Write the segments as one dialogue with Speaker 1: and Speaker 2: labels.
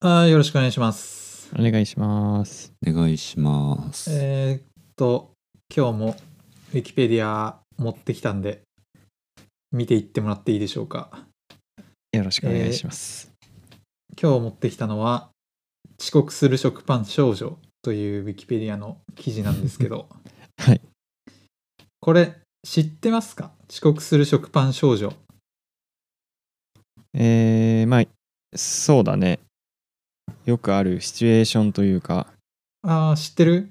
Speaker 1: あーよろしくお願いします。
Speaker 2: お願いします。
Speaker 3: お願いします。
Speaker 1: えーっと、今日も Wikipedia 持ってきたんで、見ていってもらっていいでしょうか。
Speaker 2: よろしくお願いします。
Speaker 1: 今日持ってきたのは、遅刻する食パン少女という Wikipedia の記事なんですけど、
Speaker 2: はい。
Speaker 1: これ知ってますか遅刻する食パン少女。
Speaker 2: えー、まあ、そうだね。よくあるシチュエーションというか、
Speaker 1: ああ、知ってる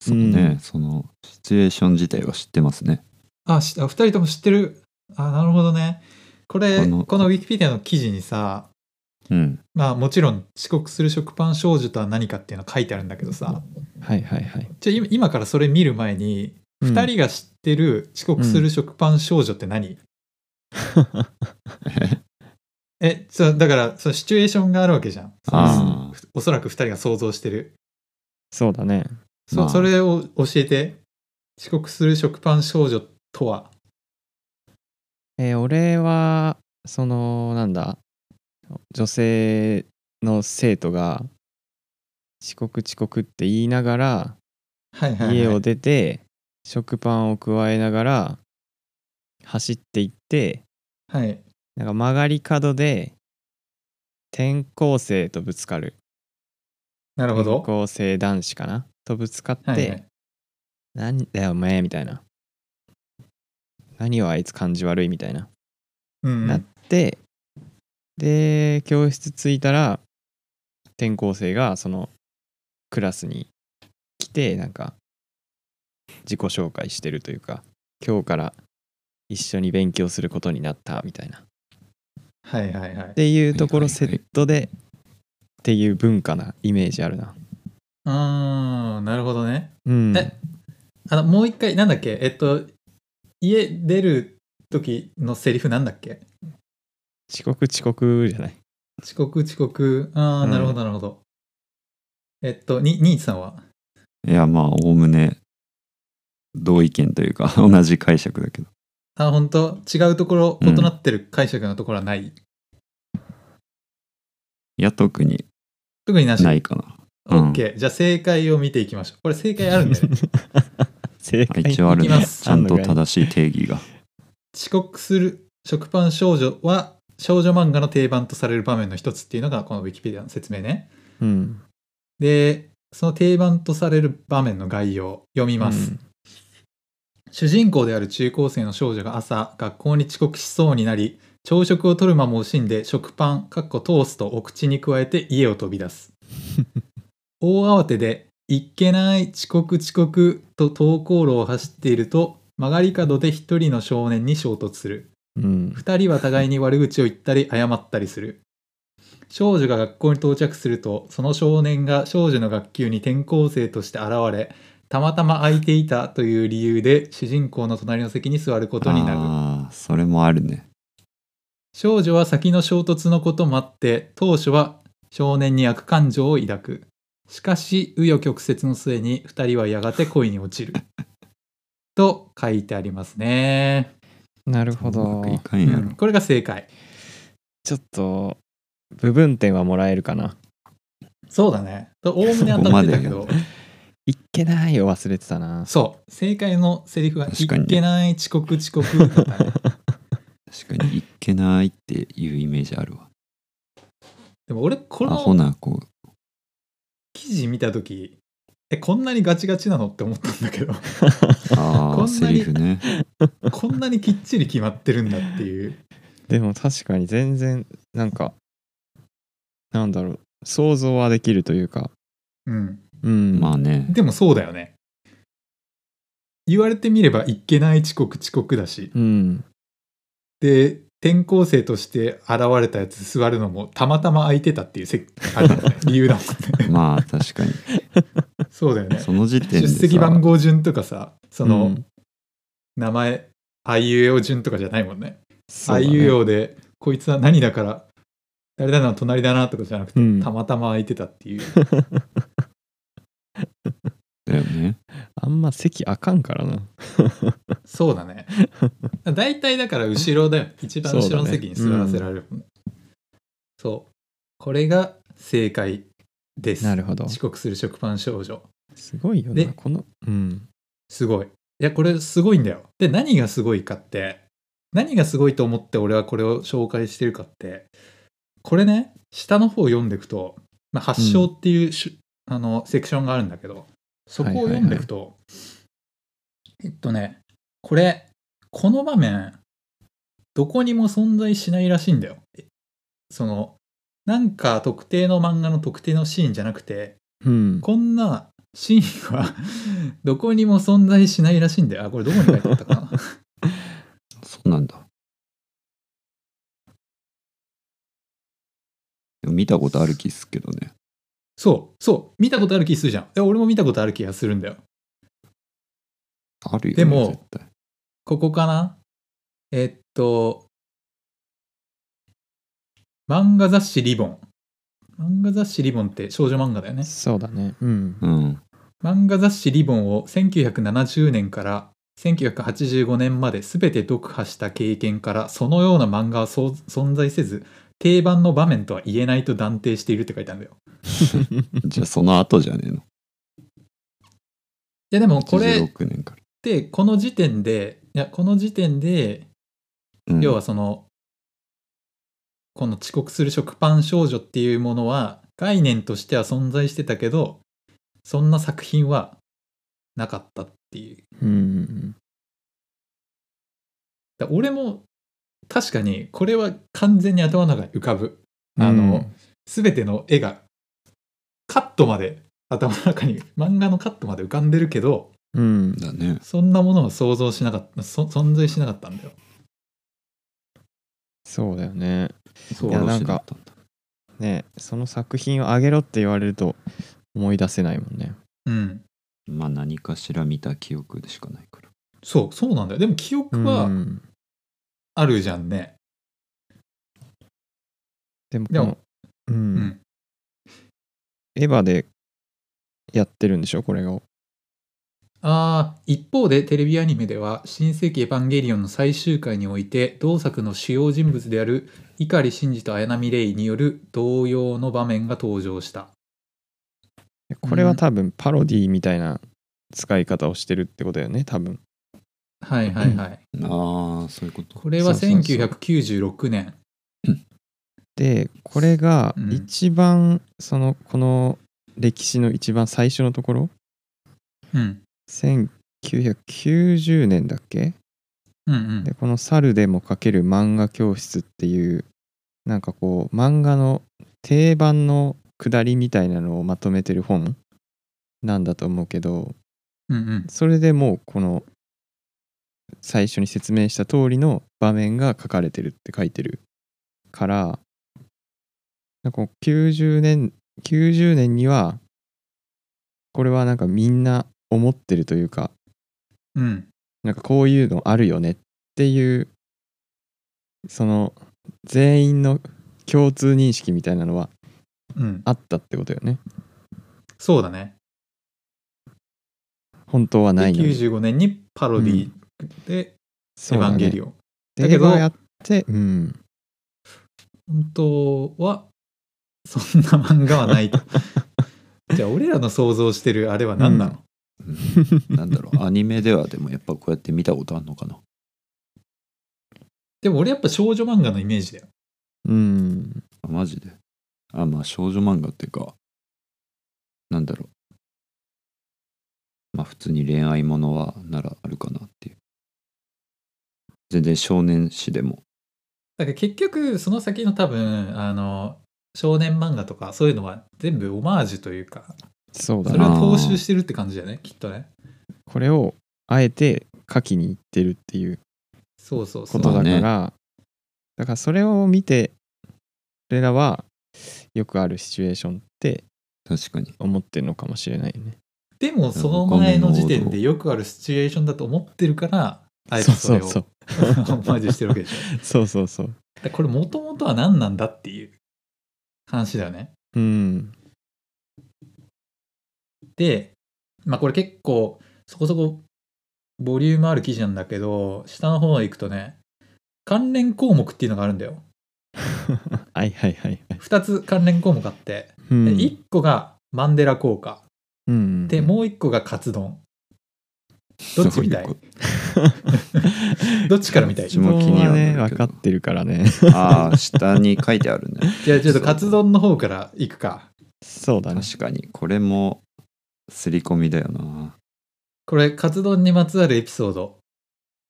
Speaker 3: そうね、そのシチュエーション自体は知ってますね。
Speaker 1: あ、しあ、二人とも知ってる。あ、なるほどね。これ、
Speaker 3: あの
Speaker 1: この Wikipedia の記事にさ、
Speaker 3: うん。
Speaker 1: まあもちろん遅刻する食パン少女とは何かっていうのは書いてあるんだけどさ、
Speaker 2: はいはいはい。
Speaker 1: じゃあ今今からそれ見る前に、二
Speaker 2: 人
Speaker 1: 人が知ってる遅刻する食パン少女って何、えそうだからそうシチュエーションがあるわけじゃんその
Speaker 3: ああ、
Speaker 1: おそらく二人が想像してる
Speaker 2: そうだね。
Speaker 1: そ,、
Speaker 3: まあ
Speaker 1: それを教えて遅刻する食パン少女とは
Speaker 2: えー俺は、その、なんだ、女性の生徒が、遅刻遅刻って言いながら、
Speaker 1: はいはい、はい、
Speaker 2: 家を出て、食パンを加えながら、走っていって、
Speaker 1: はい
Speaker 2: なんか曲がり角で転校生とぶつかる
Speaker 1: なるほ
Speaker 2: 転
Speaker 1: ど
Speaker 2: 校生男子かなとぶつかって、
Speaker 1: はいはい、
Speaker 2: なんだよお前みたいな何をあいつ感じ悪いみたいな
Speaker 1: うん
Speaker 2: なってで教室着いたら転校生がそのクラスに来てなんか自己紹介してるというか今日から一緒に勉強することになったみたいな
Speaker 1: はいはいは
Speaker 2: っ
Speaker 1: い
Speaker 2: ていうところ
Speaker 3: はい
Speaker 2: セ
Speaker 3: はいはい
Speaker 2: ットでっていう文化なイメージあるな。
Speaker 1: うーんなるほどね
Speaker 2: うん。
Speaker 1: えあのもう一回なんだっけえっと家出る時のセリフなんだっけ
Speaker 2: 遅刻遅刻じゃない。
Speaker 1: 遅刻遅刻ああ、
Speaker 2: うん
Speaker 1: なるほどなるほどえっとに兄さんはい
Speaker 3: や、まあ、おおむね同意見というか、 同じ解釈だけど。
Speaker 1: あ本当違うところ異
Speaker 3: うん
Speaker 1: なってる解釈のところはない、
Speaker 3: いや、特に
Speaker 1: 特になし
Speaker 3: ないかな。
Speaker 1: オ
Speaker 3: うん
Speaker 1: ッケーじゃあ正解を見ていきましょうこれ正解あるんだよね
Speaker 2: 正
Speaker 3: あ
Speaker 2: 解。
Speaker 3: 一応ある
Speaker 1: いき
Speaker 3: ね。
Speaker 1: ます
Speaker 3: ちゃんと正しい定義が。
Speaker 1: 遅刻する食パン少女は少女漫画の定番とされる場面の一つっていうのがこのウィキペディアの説明ね
Speaker 2: うん。
Speaker 1: でその定番とされる場面の概要読みます、
Speaker 2: うん
Speaker 1: 主人公である中高生の少女が朝学校に遅刻しそうになり朝食を取る間も惜しんで食パンかっこトーストを口に加えて家を飛び出す大慌てで「いっけない遅刻遅刻」と登校路を走っていると曲がり角で一人の少年に衝突する
Speaker 2: うん。
Speaker 1: 二人は互いに悪口を言ったり謝ったりする少女が学校に到着するとその少年が少女の学級に転校生として現れたまたま空いていたという理由で主人公の隣の席に座ることになる
Speaker 3: ああ、それもあるね。
Speaker 1: 少女は先の衝突のこともあって当初は少年に悪感情を抱くしかし紆余曲折の末に二人はやがて恋に落ち ると書いてありますね、
Speaker 2: なるほ
Speaker 3: うま
Speaker 2: ど
Speaker 3: く。いかんやろ。
Speaker 1: これが正解
Speaker 2: ちょっと部分点はもらえるかな。
Speaker 1: そうだねおおむね当たってたけど
Speaker 2: いっけないを忘れてたな。
Speaker 1: そう正解のセリフが「い
Speaker 3: 確かに
Speaker 1: っけない遅刻遅刻」だった ね
Speaker 3: 確かに、いっけないっていうイメージあるわ。
Speaker 1: でも俺こ
Speaker 3: アホ
Speaker 1: の
Speaker 3: な子。
Speaker 1: 記事見た時えこんなにガチガチなのって思ったんだ けど
Speaker 3: あ
Speaker 1: こんな
Speaker 3: あ、
Speaker 1: に
Speaker 3: セリフね。
Speaker 1: こんなにきっちり決まってるんだっていう
Speaker 2: でも確かに全然なんかなんだろう想像はできるというか。
Speaker 1: うん
Speaker 2: うん。
Speaker 3: まあね。
Speaker 1: でもそうだよね言われてみればいっけない遅刻遅刻だし
Speaker 2: うん。
Speaker 1: で転校生として現れたやつ座るのもたまたま空いてたっていうせあれだもんね理由だもん ね
Speaker 3: まあ、確かに。
Speaker 1: そうだよね
Speaker 3: その時点
Speaker 1: 出
Speaker 3: でさ。
Speaker 1: 席番号順とかさその、
Speaker 2: うん
Speaker 1: 名前あいうえお順とかじゃないもんね
Speaker 2: そ
Speaker 1: あ
Speaker 2: うだね
Speaker 1: いうようで、こいつは何だから、誰だな、隣だなとかじゃなくて、
Speaker 2: うん
Speaker 1: たまたま空いてたって いう。
Speaker 3: だよね。
Speaker 2: あんま席あかんからな。
Speaker 1: そうだね。大体だから後ろだよ。一番後ろの席に座らせられるもんねそう,、これが正解です
Speaker 2: なるほど
Speaker 1: 遅刻する食パン少女
Speaker 2: すごいよ
Speaker 1: で
Speaker 2: なこのうん
Speaker 1: すごいいやこれすごいんだよで何がすごいかって何がすごいと思って俺はこれを紹介してるかってこれね下の方読んでいくと、まあ、発祥っていうしゅ、あのセクションがあるんだけどそこを読んでいくと、えっとねこれこの場面どこにも存在しないらしいんだよえそのなんか特定の漫画の特定のシーンじゃなくて
Speaker 2: うん
Speaker 1: こんなシーンは どこにも存在しないらしいんだよ。あ、これどこに書いてあったかな
Speaker 3: そうなんだ。でも見たことある気っすけどね。
Speaker 1: そう、そう、見たことある気するじゃん。いや俺も見たことある気がするんだよ。
Speaker 3: あるよ、ね。
Speaker 1: でも
Speaker 3: 絶対
Speaker 1: ここかなえっと、漫画雑誌リボン。漫画雑誌リボンって少女漫画だよね。
Speaker 2: そうだねうん
Speaker 3: うん。
Speaker 1: 漫画雑誌リボンを1970年から1985年まで全て読破した経験からそのような漫画はそう存在せず定番の場面とは言えないと断定しているって書いてあるんだよ。
Speaker 3: じゃあその後じゃねえの。
Speaker 1: いやでもこれっ
Speaker 3: 86年から。
Speaker 1: てこの時点でいやこの時点で
Speaker 3: うん
Speaker 1: 要はそのこの遅刻する食パン少女っていうものは概念としては存在してたけどそんな作品はなかったっていう
Speaker 2: うん
Speaker 1: だ俺も確かにこれは完全に頭の中に浮かぶあの、
Speaker 2: うん
Speaker 1: 全ての絵がカットまで頭の中に漫画のカットまで浮かんでるけど
Speaker 2: うん
Speaker 3: だね。
Speaker 1: そんなものは想像しなかったそ存在しなかったんだよ
Speaker 2: そうだよね
Speaker 1: そう
Speaker 2: いやなん
Speaker 3: 幻だ
Speaker 2: か
Speaker 3: ったんだ
Speaker 2: ねその作品をあげろって言われると思い出せないもんね
Speaker 1: うん
Speaker 3: まあ何かしら見た記憶でしかないから。
Speaker 1: そうそうなんだよでも記憶
Speaker 2: う
Speaker 1: は
Speaker 2: ん
Speaker 1: あるじゃんね
Speaker 2: でもこ
Speaker 1: でも
Speaker 2: のうん
Speaker 1: うん、
Speaker 2: エヴァでやってるんでしょこれを
Speaker 1: あー一方でテレビアニメでは「新世紀エヴァンゲリオン」の最終回において同作の主要人物である碇シンジと綾波レイによる同様の場面が登場した
Speaker 2: これは多分パロディみたいな使い方をしてるってことだよね多分
Speaker 1: はいはいはい。
Speaker 3: ああ、そういうこと。
Speaker 1: これは
Speaker 2: そうそうそう
Speaker 1: 1996年。
Speaker 2: でこれが
Speaker 1: うん
Speaker 2: 一番そのこの歴史の一番最初のところ
Speaker 1: うん。
Speaker 2: 1990年だっけ
Speaker 1: うんうん
Speaker 2: で。この「猿でも描ける漫画教室」っていうなんかこう漫画の定番の下りみたいなのをまとめてる本なんだと思うけど
Speaker 1: うんうん。
Speaker 2: それでもうこの最初に説明した通りの場面が書かれてるって書いてるからなんかこう90年90年にはこれはなんかみんな思ってるというか
Speaker 1: うん。
Speaker 2: なんかこういうのあるよねっていうその全員の共通認識みたいなのは
Speaker 1: うん。
Speaker 2: あったってことよね
Speaker 1: そうだね。
Speaker 2: 本当は
Speaker 1: で
Speaker 2: ないのに
Speaker 1: 95年にパロディで「エ
Speaker 2: そ
Speaker 1: ヴ
Speaker 2: う
Speaker 1: ァ
Speaker 2: だ
Speaker 1: ン
Speaker 2: ね
Speaker 1: ゲリオン」だけ
Speaker 2: だけ
Speaker 1: ど
Speaker 2: どやってうん
Speaker 1: 本当はそんな漫画はない と。じゃあ俺らの想像してるあれは何なの、
Speaker 3: なんだろう。アニメではでもやっぱこうやって見たことあるのかな。
Speaker 1: でも俺やっぱ少女漫画のイメージだよ。
Speaker 2: うん
Speaker 3: あマジで。あ、まあ少女漫画っていうか、なんだろう。まあ普通に恋愛ものはならあるかなっていう。全然少年誌でも。
Speaker 1: だから結局その先の多分あの少年漫画とかそういうのは全部オマージュというか
Speaker 2: そうだ
Speaker 1: そ
Speaker 2: ね
Speaker 1: れを踏襲してるって感じだよねきっとね。
Speaker 2: これをあえて書きに行ってるっていう
Speaker 1: そうそうそ
Speaker 2: こ
Speaker 1: う。
Speaker 2: とだから
Speaker 3: そう
Speaker 2: だからそれを見て俺らはよくあるシチュエーションって
Speaker 3: 確かに。
Speaker 2: 思ってるのかもしれないよね
Speaker 1: でもその前の時点でよくあるシチュエーションだと思ってるから、あえてそれを オ
Speaker 2: そうそう
Speaker 1: マージュしてるわけでしょ。
Speaker 2: そうそうそう
Speaker 1: だからこれもともとは何なんだっていう話だよね。
Speaker 2: うん
Speaker 1: で、まあこれ結構そこそこボリュームある記事なんだけど、下の方行くとね、関連項目っていうのがあるんだよ。
Speaker 2: はいはいはいはい。
Speaker 1: 2つ関連項目あって、
Speaker 2: うん
Speaker 1: で1個がマンデラ効果
Speaker 2: うん
Speaker 1: で もう1個がカツ丼どっちみたい
Speaker 3: どううこ
Speaker 1: どっちから見たい
Speaker 3: どっちも気にはなるけど
Speaker 2: ね、分かってるからね。
Speaker 3: とああ、下に書いてあるね。
Speaker 1: じゃあちょっとカツ丼の方からいくか
Speaker 2: そうだね。
Speaker 3: 確かに、これも、刷り込みだよな。
Speaker 1: これカツ丼にまつわるエピソードっ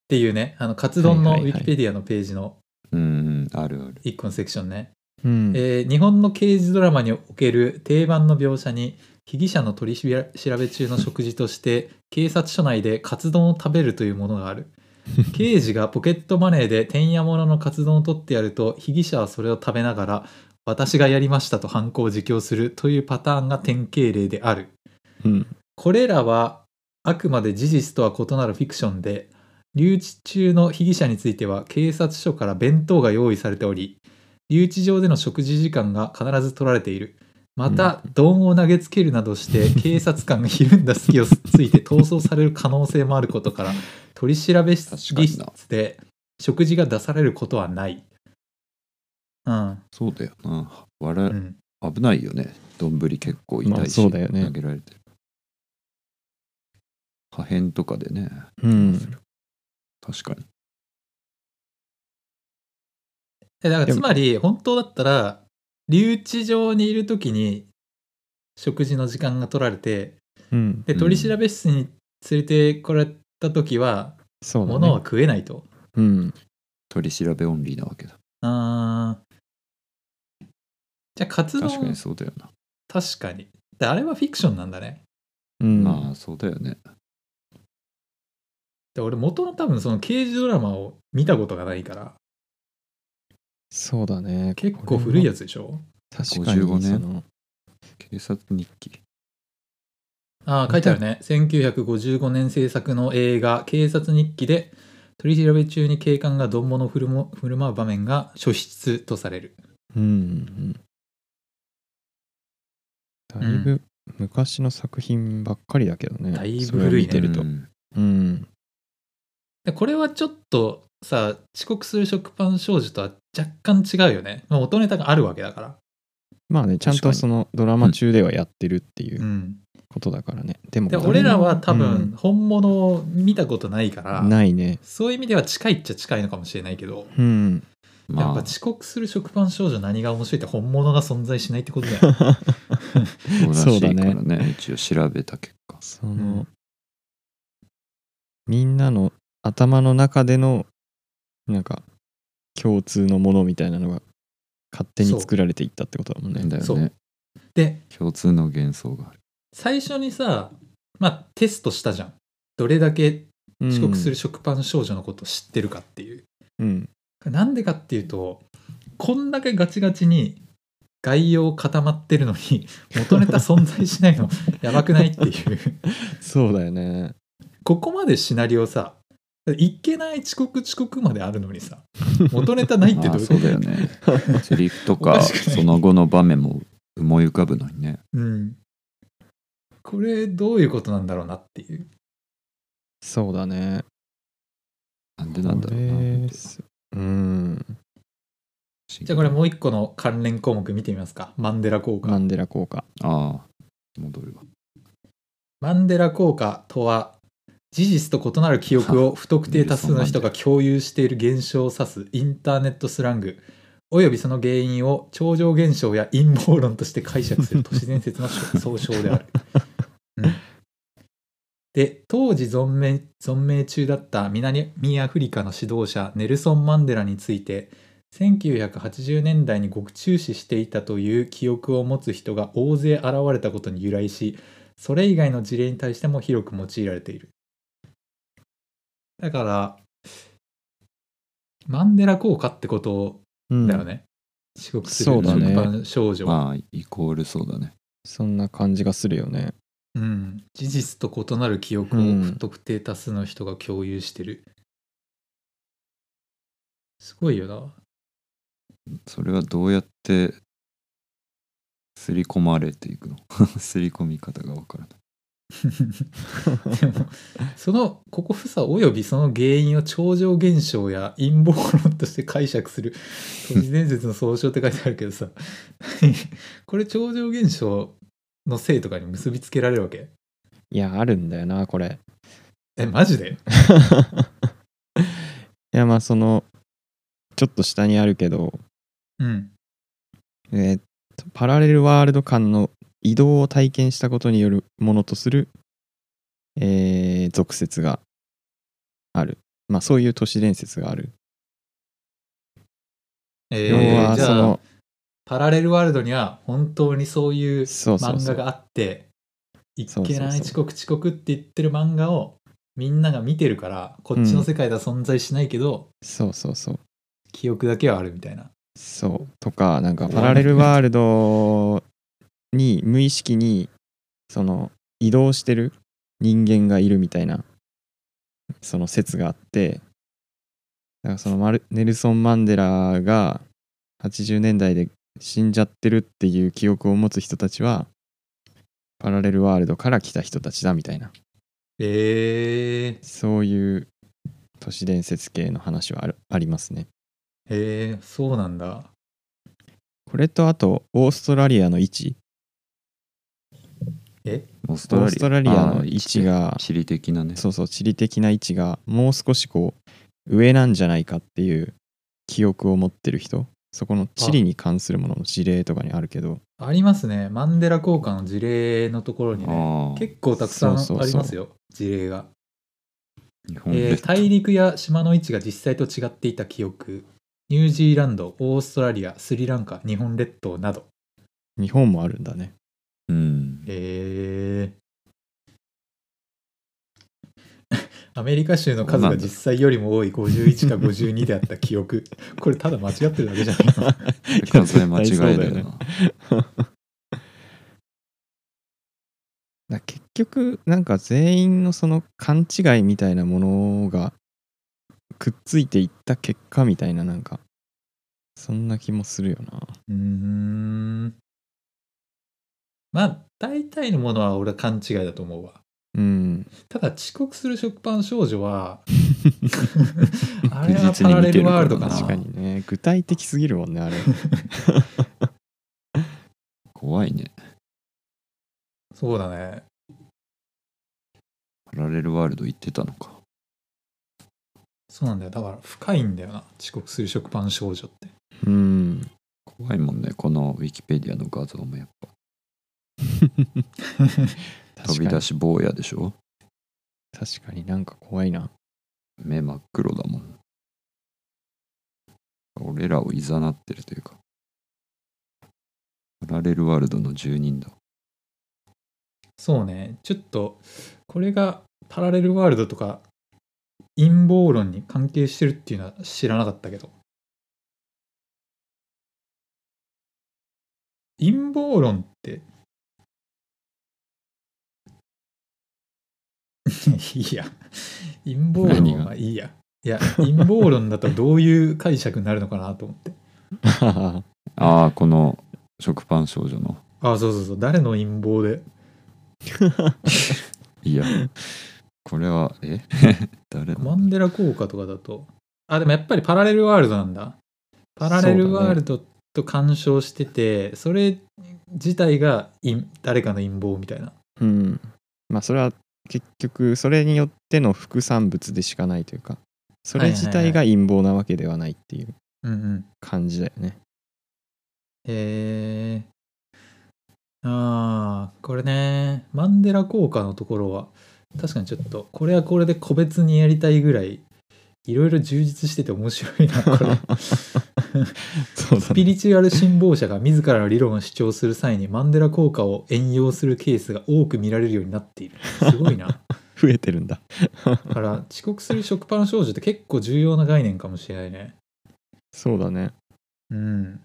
Speaker 1: ていうねあのカツ丼の
Speaker 2: は
Speaker 1: ウ
Speaker 2: いはいは
Speaker 1: ィ
Speaker 2: い
Speaker 1: キペディアのページの
Speaker 3: うん、あるある。
Speaker 1: 1個のセクションね、
Speaker 2: うん。
Speaker 1: えー日本の刑事ドラマにおける定番の描写に被疑者の取り調べ調べ中の食事として警察署内でカツ丼を食べるというものが ある刑事がポケットマネーでてんやもののカツ丼を取ってやると被疑者はそれを食べながら私がやりましたと犯行を自供するというパターンが典型例である
Speaker 2: うん
Speaker 1: これらはあくまで事実とは異なるフィクションで留置中の被疑者については警察署から弁当が用意されており留置場での食事時間が必ず取られているまた丼を投げつけるなど して警察官がひるんだ隙をついて逃走される可能性もあること から取り調べ室
Speaker 3: 確かにな
Speaker 1: で食事が出されることはない。うん
Speaker 3: そうだよな。
Speaker 1: う
Speaker 3: 笑
Speaker 1: ん
Speaker 3: 危ないよね。丼結構痛いし、
Speaker 2: まあそうだよね
Speaker 3: 投げられてる。破片とかでね、
Speaker 2: うん。
Speaker 3: 確かに。
Speaker 1: えだか
Speaker 2: で
Speaker 1: らつ
Speaker 2: も
Speaker 1: まり本当だったら留置場にいる時に食事の時間が取られて
Speaker 2: うん。
Speaker 1: で
Speaker 3: うん
Speaker 1: 取り調べ室に連れてこられた時は
Speaker 2: そうだ
Speaker 1: 物は
Speaker 2: ね。
Speaker 1: 食えないと。
Speaker 2: うん。
Speaker 3: 取り調べオンリーなわけだ。
Speaker 1: あーじゃあ活動
Speaker 3: 確かに
Speaker 1: 確
Speaker 3: そうだよな。
Speaker 1: かにであれはフィクションなんだね。
Speaker 2: うん。
Speaker 3: まあそうだよね。
Speaker 1: で俺元の多分その刑事ドラマを見たことがないから
Speaker 2: そうだね。
Speaker 1: 結構古いや
Speaker 2: つ。
Speaker 1: つでしょ
Speaker 2: 確かに
Speaker 3: 55年
Speaker 2: その。
Speaker 3: 警察日記。
Speaker 1: ああ、書いてあるね。1955年制作の映画、警察日記で、取り調べ中に警官が丼物を振るも振る舞う場面が初出とされる。
Speaker 2: うんうん。だいぶ昔の作品ばっかりだけどね。
Speaker 1: だいぶ
Speaker 2: それを
Speaker 1: 古いね
Speaker 2: 見てると
Speaker 3: う。ん
Speaker 2: うん。
Speaker 1: でこれはちょっとさ、遅刻する食パン少女とは若干違うよね。まあ元ネタがあるわけだから。。
Speaker 2: まあね、ちゃん
Speaker 3: 確か
Speaker 2: と
Speaker 3: に
Speaker 2: そのドラマ中ではやってるっていううんことだからね。でも
Speaker 1: で、
Speaker 2: 誰も
Speaker 1: 俺らは多分
Speaker 2: う、
Speaker 1: 本物を見たことないから、
Speaker 2: んないね。
Speaker 1: そういう意味では近いっちゃ近いのかもしれないけど、
Speaker 2: う
Speaker 1: や
Speaker 2: ん。
Speaker 3: ま
Speaker 1: っぱ
Speaker 3: あ、
Speaker 1: 遅刻する食パン少女何が面白いって本物が存在しないってことだよ ね。
Speaker 3: そうらしいから
Speaker 2: そ
Speaker 3: ね。一応調べた結果。
Speaker 2: そうの
Speaker 1: ん、
Speaker 2: みんなの頭の中での、なんか、共通のものみたいなのが勝手に作られていったってことだもんね。
Speaker 3: だ
Speaker 1: そ
Speaker 3: よ
Speaker 1: う
Speaker 3: ね。
Speaker 1: で、
Speaker 3: 共通の幻想がある。
Speaker 1: 最初にさ、まあ、テストしたじゃんどれだけ遅刻する食パン少女のことを知ってるかっていう、
Speaker 2: うん。
Speaker 1: なんでかっていうとこんだけガチガチに概要固まってるのに元ネタ存在しないの やばくないっていう
Speaker 2: うんそうだよね。
Speaker 1: ここまでシナリオさいけない遅刻遅刻まであるのにさ元ネタないって
Speaker 3: あ
Speaker 1: ど
Speaker 3: あ
Speaker 1: ういう
Speaker 3: そ
Speaker 1: こ
Speaker 3: う
Speaker 1: と
Speaker 3: だよね。 セリフと
Speaker 1: お
Speaker 3: か、
Speaker 1: かしくない
Speaker 3: その後の場面も思い浮かぶのにね。
Speaker 1: うん、これどういうことなんだろうなっていう
Speaker 2: そうだね。
Speaker 3: なんでなんだろう
Speaker 2: こ
Speaker 3: な
Speaker 2: れ。すうん。
Speaker 1: じゃあこれもう一個の関連項目見てみますかマンデラ効果
Speaker 2: マンデラ効果。
Speaker 3: ああ、戻るわ。
Speaker 1: マンデラ効果とは事実と異なる記憶を不特定多数の人が共有している現象を指すインターネットスラングおよびその原因を超常現象や陰謀論として解釈する都市伝説の総称である。うんで当時存命存命中だった南アフリカの指導者ネルソン・マンデラについて1980年代に極注視していたという記憶を持つ人が大勢現れたことに由来しそれ以外の事例に対しても広く用いられているだからマンデラ効果ってこと
Speaker 2: うん。
Speaker 1: だよね、遅刻する
Speaker 2: そうだね
Speaker 1: 食パン少女、
Speaker 3: まあ、イコールそうだね。
Speaker 2: そんな感じがするよね。
Speaker 1: うん、事実と異なる記憶を
Speaker 2: うん
Speaker 1: 不特定多数の人が共有してる、すごいよな
Speaker 3: それはどうやって 刷り込まれていくの刷り込み方がわからない。
Speaker 1: でもそのここ不作およびその原因を超常現象や陰謀論として解釈する都市伝説の総称って書いてあるけどさ これ超常現象のせいとかに結びつけられるわけ
Speaker 2: いや、あるんだよな、これ。
Speaker 1: えマジで
Speaker 2: いや、まあ、その、ちょっと下にあるけど、
Speaker 1: うん
Speaker 2: えーっとパラレルワールド間の移動を体験したことによるものとする、えー俗説がある。まあ、そういう都市伝説がある。
Speaker 1: え
Speaker 2: 要
Speaker 1: ー、
Speaker 2: は、
Speaker 1: じ
Speaker 2: そ
Speaker 1: ゃあ
Speaker 2: の、
Speaker 1: パラレルワールドには本当にそういう
Speaker 2: そうそう
Speaker 1: 漫
Speaker 2: そ
Speaker 1: 画
Speaker 2: う。
Speaker 1: があってい
Speaker 2: そうそうそう
Speaker 1: けない遅刻遅刻って言ってる漫画をみんなが見てるからこっちの世界では存在しないけど、
Speaker 2: そうそうそう。
Speaker 1: 記憶だけはあるみたいな
Speaker 2: そうとかなんかパラレルワールドに無意識にその移動してる人間がいるみたいなその説があってだからそのマルネルソン・マンデラが80年代で死んじゃってるっていう記憶を持つ人たちはパラレルワールドから来た人たちだみたいな
Speaker 1: えー、
Speaker 2: そういう都市伝説系の話はあるありますね。
Speaker 1: えー、そうなんだ
Speaker 2: これとあとオーストラリアの位置
Speaker 1: え
Speaker 3: オース
Speaker 2: オ
Speaker 3: トラリア
Speaker 2: ーストラリアの位置が
Speaker 3: あー地理的なね
Speaker 2: そうそう地理的な位置がもう少しこう上なんじゃないかっていう記憶を持ってる人そこの地理に関するものの事例とかにあるけど
Speaker 1: ありますねマンデラ効果の事例のところにね
Speaker 3: ああ
Speaker 1: 結構たくさんあります
Speaker 2: そう
Speaker 1: よ
Speaker 2: そうそう
Speaker 1: 事例が、
Speaker 3: 日本
Speaker 1: えー
Speaker 3: 列島
Speaker 1: 大陸や島の位置が実際と違っていた記憶ニュージーランドオーストラリアスリランカ日本列島など
Speaker 2: 日本もあるんだね
Speaker 3: うん
Speaker 1: えー アメリカ州の数が実際よりも多い51か52であった記 憶これただ間違ってるだけじゃないの
Speaker 3: 数え間違いだ
Speaker 2: 絶対
Speaker 3: よな
Speaker 2: そうだよねだ結局なんか全員のその勘違いみたいなものがくっついていった結果みたいななんかそんな気もするよな
Speaker 1: うーんまあ大体のものは俺は勘違いだと思うわ
Speaker 2: うん
Speaker 1: ただ遅刻する食パン少女 はあれ
Speaker 3: 確
Speaker 1: は
Speaker 3: 実
Speaker 1: パ
Speaker 3: に
Speaker 1: ラ
Speaker 3: 見
Speaker 1: レ
Speaker 3: て
Speaker 1: ル
Speaker 3: るか
Speaker 1: ワー
Speaker 3: らな
Speaker 1: ルドかな
Speaker 2: 確かにね具体的すぎるもんねあれ
Speaker 3: 怖いね
Speaker 1: そうだね
Speaker 3: パラレルワールド行ってたのか
Speaker 1: そうなんだよだから深いんだよな遅刻する食パン少女って
Speaker 2: うん
Speaker 3: 怖いもんねこのウィキペディアの画像もやっぱ飛び出し坊やでしょ
Speaker 2: 確かになんか怖いな。
Speaker 3: 目真っ黒だもん俺らをいざなってるというかパラレルワールドの住人だ
Speaker 1: そうねちょっとこれがパラレルワールドとか陰謀論に関係してるっていうのは知らなかったけど陰謀論って いや陰謀
Speaker 3: 何
Speaker 1: 論
Speaker 3: が
Speaker 1: はいいやいや陰謀論だとどういう解釈になるのかなと思って
Speaker 3: ああこの食パン少女の
Speaker 1: ああそうそうそう誰の陰謀で
Speaker 3: いやこれはえ 誰
Speaker 1: マ
Speaker 3: の
Speaker 1: ンデラ効果とかだと。あ、でもやっぱりパラレルワールドなんだ。パラレルワールドと干渉してて、そ,、れ自体が陰誰かの陰謀みたいな。
Speaker 2: うん。まあそれは結局それによっての副産物でしかないというか、それ自体が陰謀なわけではないっていう
Speaker 1: うんうん。
Speaker 2: 感じだよね。
Speaker 1: へえ。ああ、これね、マンデラ効果のところは、確かにちょっと、これはこれで個別にやりたいぐらい、いろいろ充実してて面白いな、これ。
Speaker 2: そうだ
Speaker 1: スピリチュアル信奉者が自らの理論を主張する際にマンデラ効果を援用するケースが多く見られるようになっている。すごいな。
Speaker 2: 増えてるんだ。
Speaker 1: だから遅刻する食パン少女って結構重要な概念かもしれないね。
Speaker 2: そうだね。
Speaker 1: うん。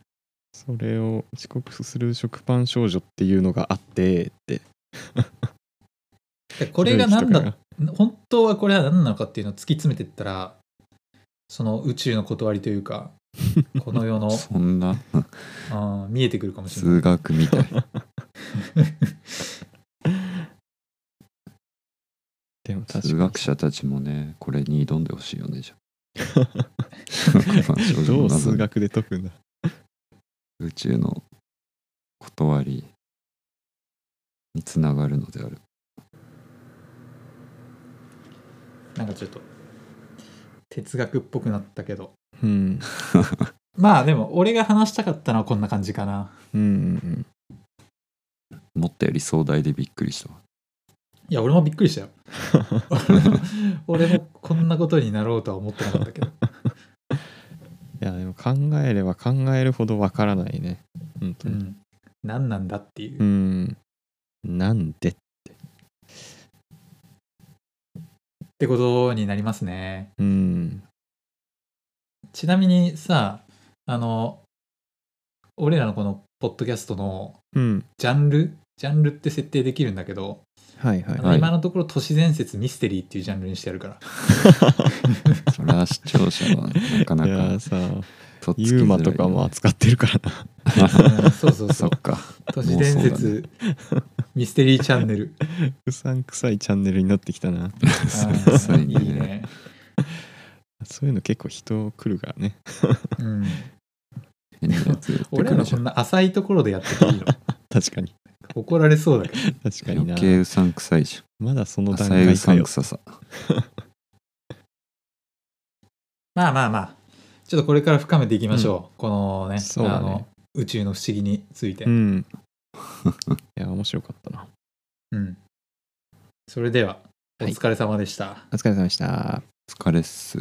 Speaker 2: それを遅刻する食パン少女っていうのがあってって。
Speaker 1: でこれが何だ
Speaker 2: ひどい人が
Speaker 1: 本当はこれは何なのかっていうのを突き詰めてったらその宇宙の断りというかこの世の
Speaker 3: そんな
Speaker 1: あー見えてくるかもしれない。
Speaker 3: 数学みたい数学者たちもねこれに挑んでほしい よねじゃあ
Speaker 2: どう
Speaker 3: 謎
Speaker 2: 数
Speaker 3: の
Speaker 2: 学で解くんだ
Speaker 3: 宇宙の断りにつながるのである
Speaker 1: なんかちょっと哲学っぽくなったけど
Speaker 2: うん
Speaker 1: まあでも俺が話したかったのはこんな感じかな
Speaker 2: うんうん
Speaker 3: 思ったより壮大でびっくりしたわ
Speaker 1: いや俺もびっくりしたよ 俺もこんなことになろうとは思ってなかったけど
Speaker 2: いやでも考えれば考えるほどわからないね本当
Speaker 1: う
Speaker 2: に
Speaker 1: ん何なんだっていうう、
Speaker 2: んなんで
Speaker 1: ってことになりますね
Speaker 2: うん
Speaker 1: ちなみにさあの俺らのこのポッドキャストの
Speaker 2: うん
Speaker 1: ジャンルジャンルって設定できるんだけど、
Speaker 2: はいは
Speaker 1: あ
Speaker 2: い
Speaker 1: の
Speaker 3: はい
Speaker 1: 今のところ都市伝説ミステリーっていうジャンルにしてやるから
Speaker 3: それは視聴者はなか ない
Speaker 2: や
Speaker 3: か
Speaker 2: ーさ
Speaker 3: とっつきづ
Speaker 2: ユー
Speaker 3: らいよ
Speaker 2: マ
Speaker 3: ね
Speaker 2: とかも扱ってるからな
Speaker 1: う んそうそうそ
Speaker 3: そうっ。か
Speaker 1: 都市伝説、ミステリーチャンネル。
Speaker 2: うさんくさいチャンネルになってきたな
Speaker 1: あ
Speaker 3: さい
Speaker 1: ー
Speaker 3: ね
Speaker 1: いいね。
Speaker 2: そういうの結構人来るからね
Speaker 1: うん、
Speaker 3: 変なやつやってく
Speaker 1: 俺ら
Speaker 3: る
Speaker 1: の
Speaker 3: じ
Speaker 1: こ
Speaker 3: ゃん
Speaker 1: んな浅いところでやってていいの
Speaker 2: 確かに
Speaker 1: 怒られそうだけど。
Speaker 2: 確かに
Speaker 3: 余
Speaker 2: な
Speaker 3: 計うさんくさいじ
Speaker 2: まだそ
Speaker 3: ゃ
Speaker 2: の
Speaker 3: ん
Speaker 2: 段
Speaker 3: 浅いう
Speaker 2: 階
Speaker 3: さ
Speaker 2: か
Speaker 3: ん
Speaker 2: よ
Speaker 3: くささ
Speaker 1: まあまあまあ、ちょっとこれから深めていきましょう。このね
Speaker 2: そうだ
Speaker 1: あ
Speaker 2: ね
Speaker 1: の、宇宙の不思議について。
Speaker 2: うんいや面白かったな
Speaker 1: うんそれでは、お
Speaker 2: はい
Speaker 1: 疲れ様でした。
Speaker 2: お疲れ様でした
Speaker 3: 疲れっす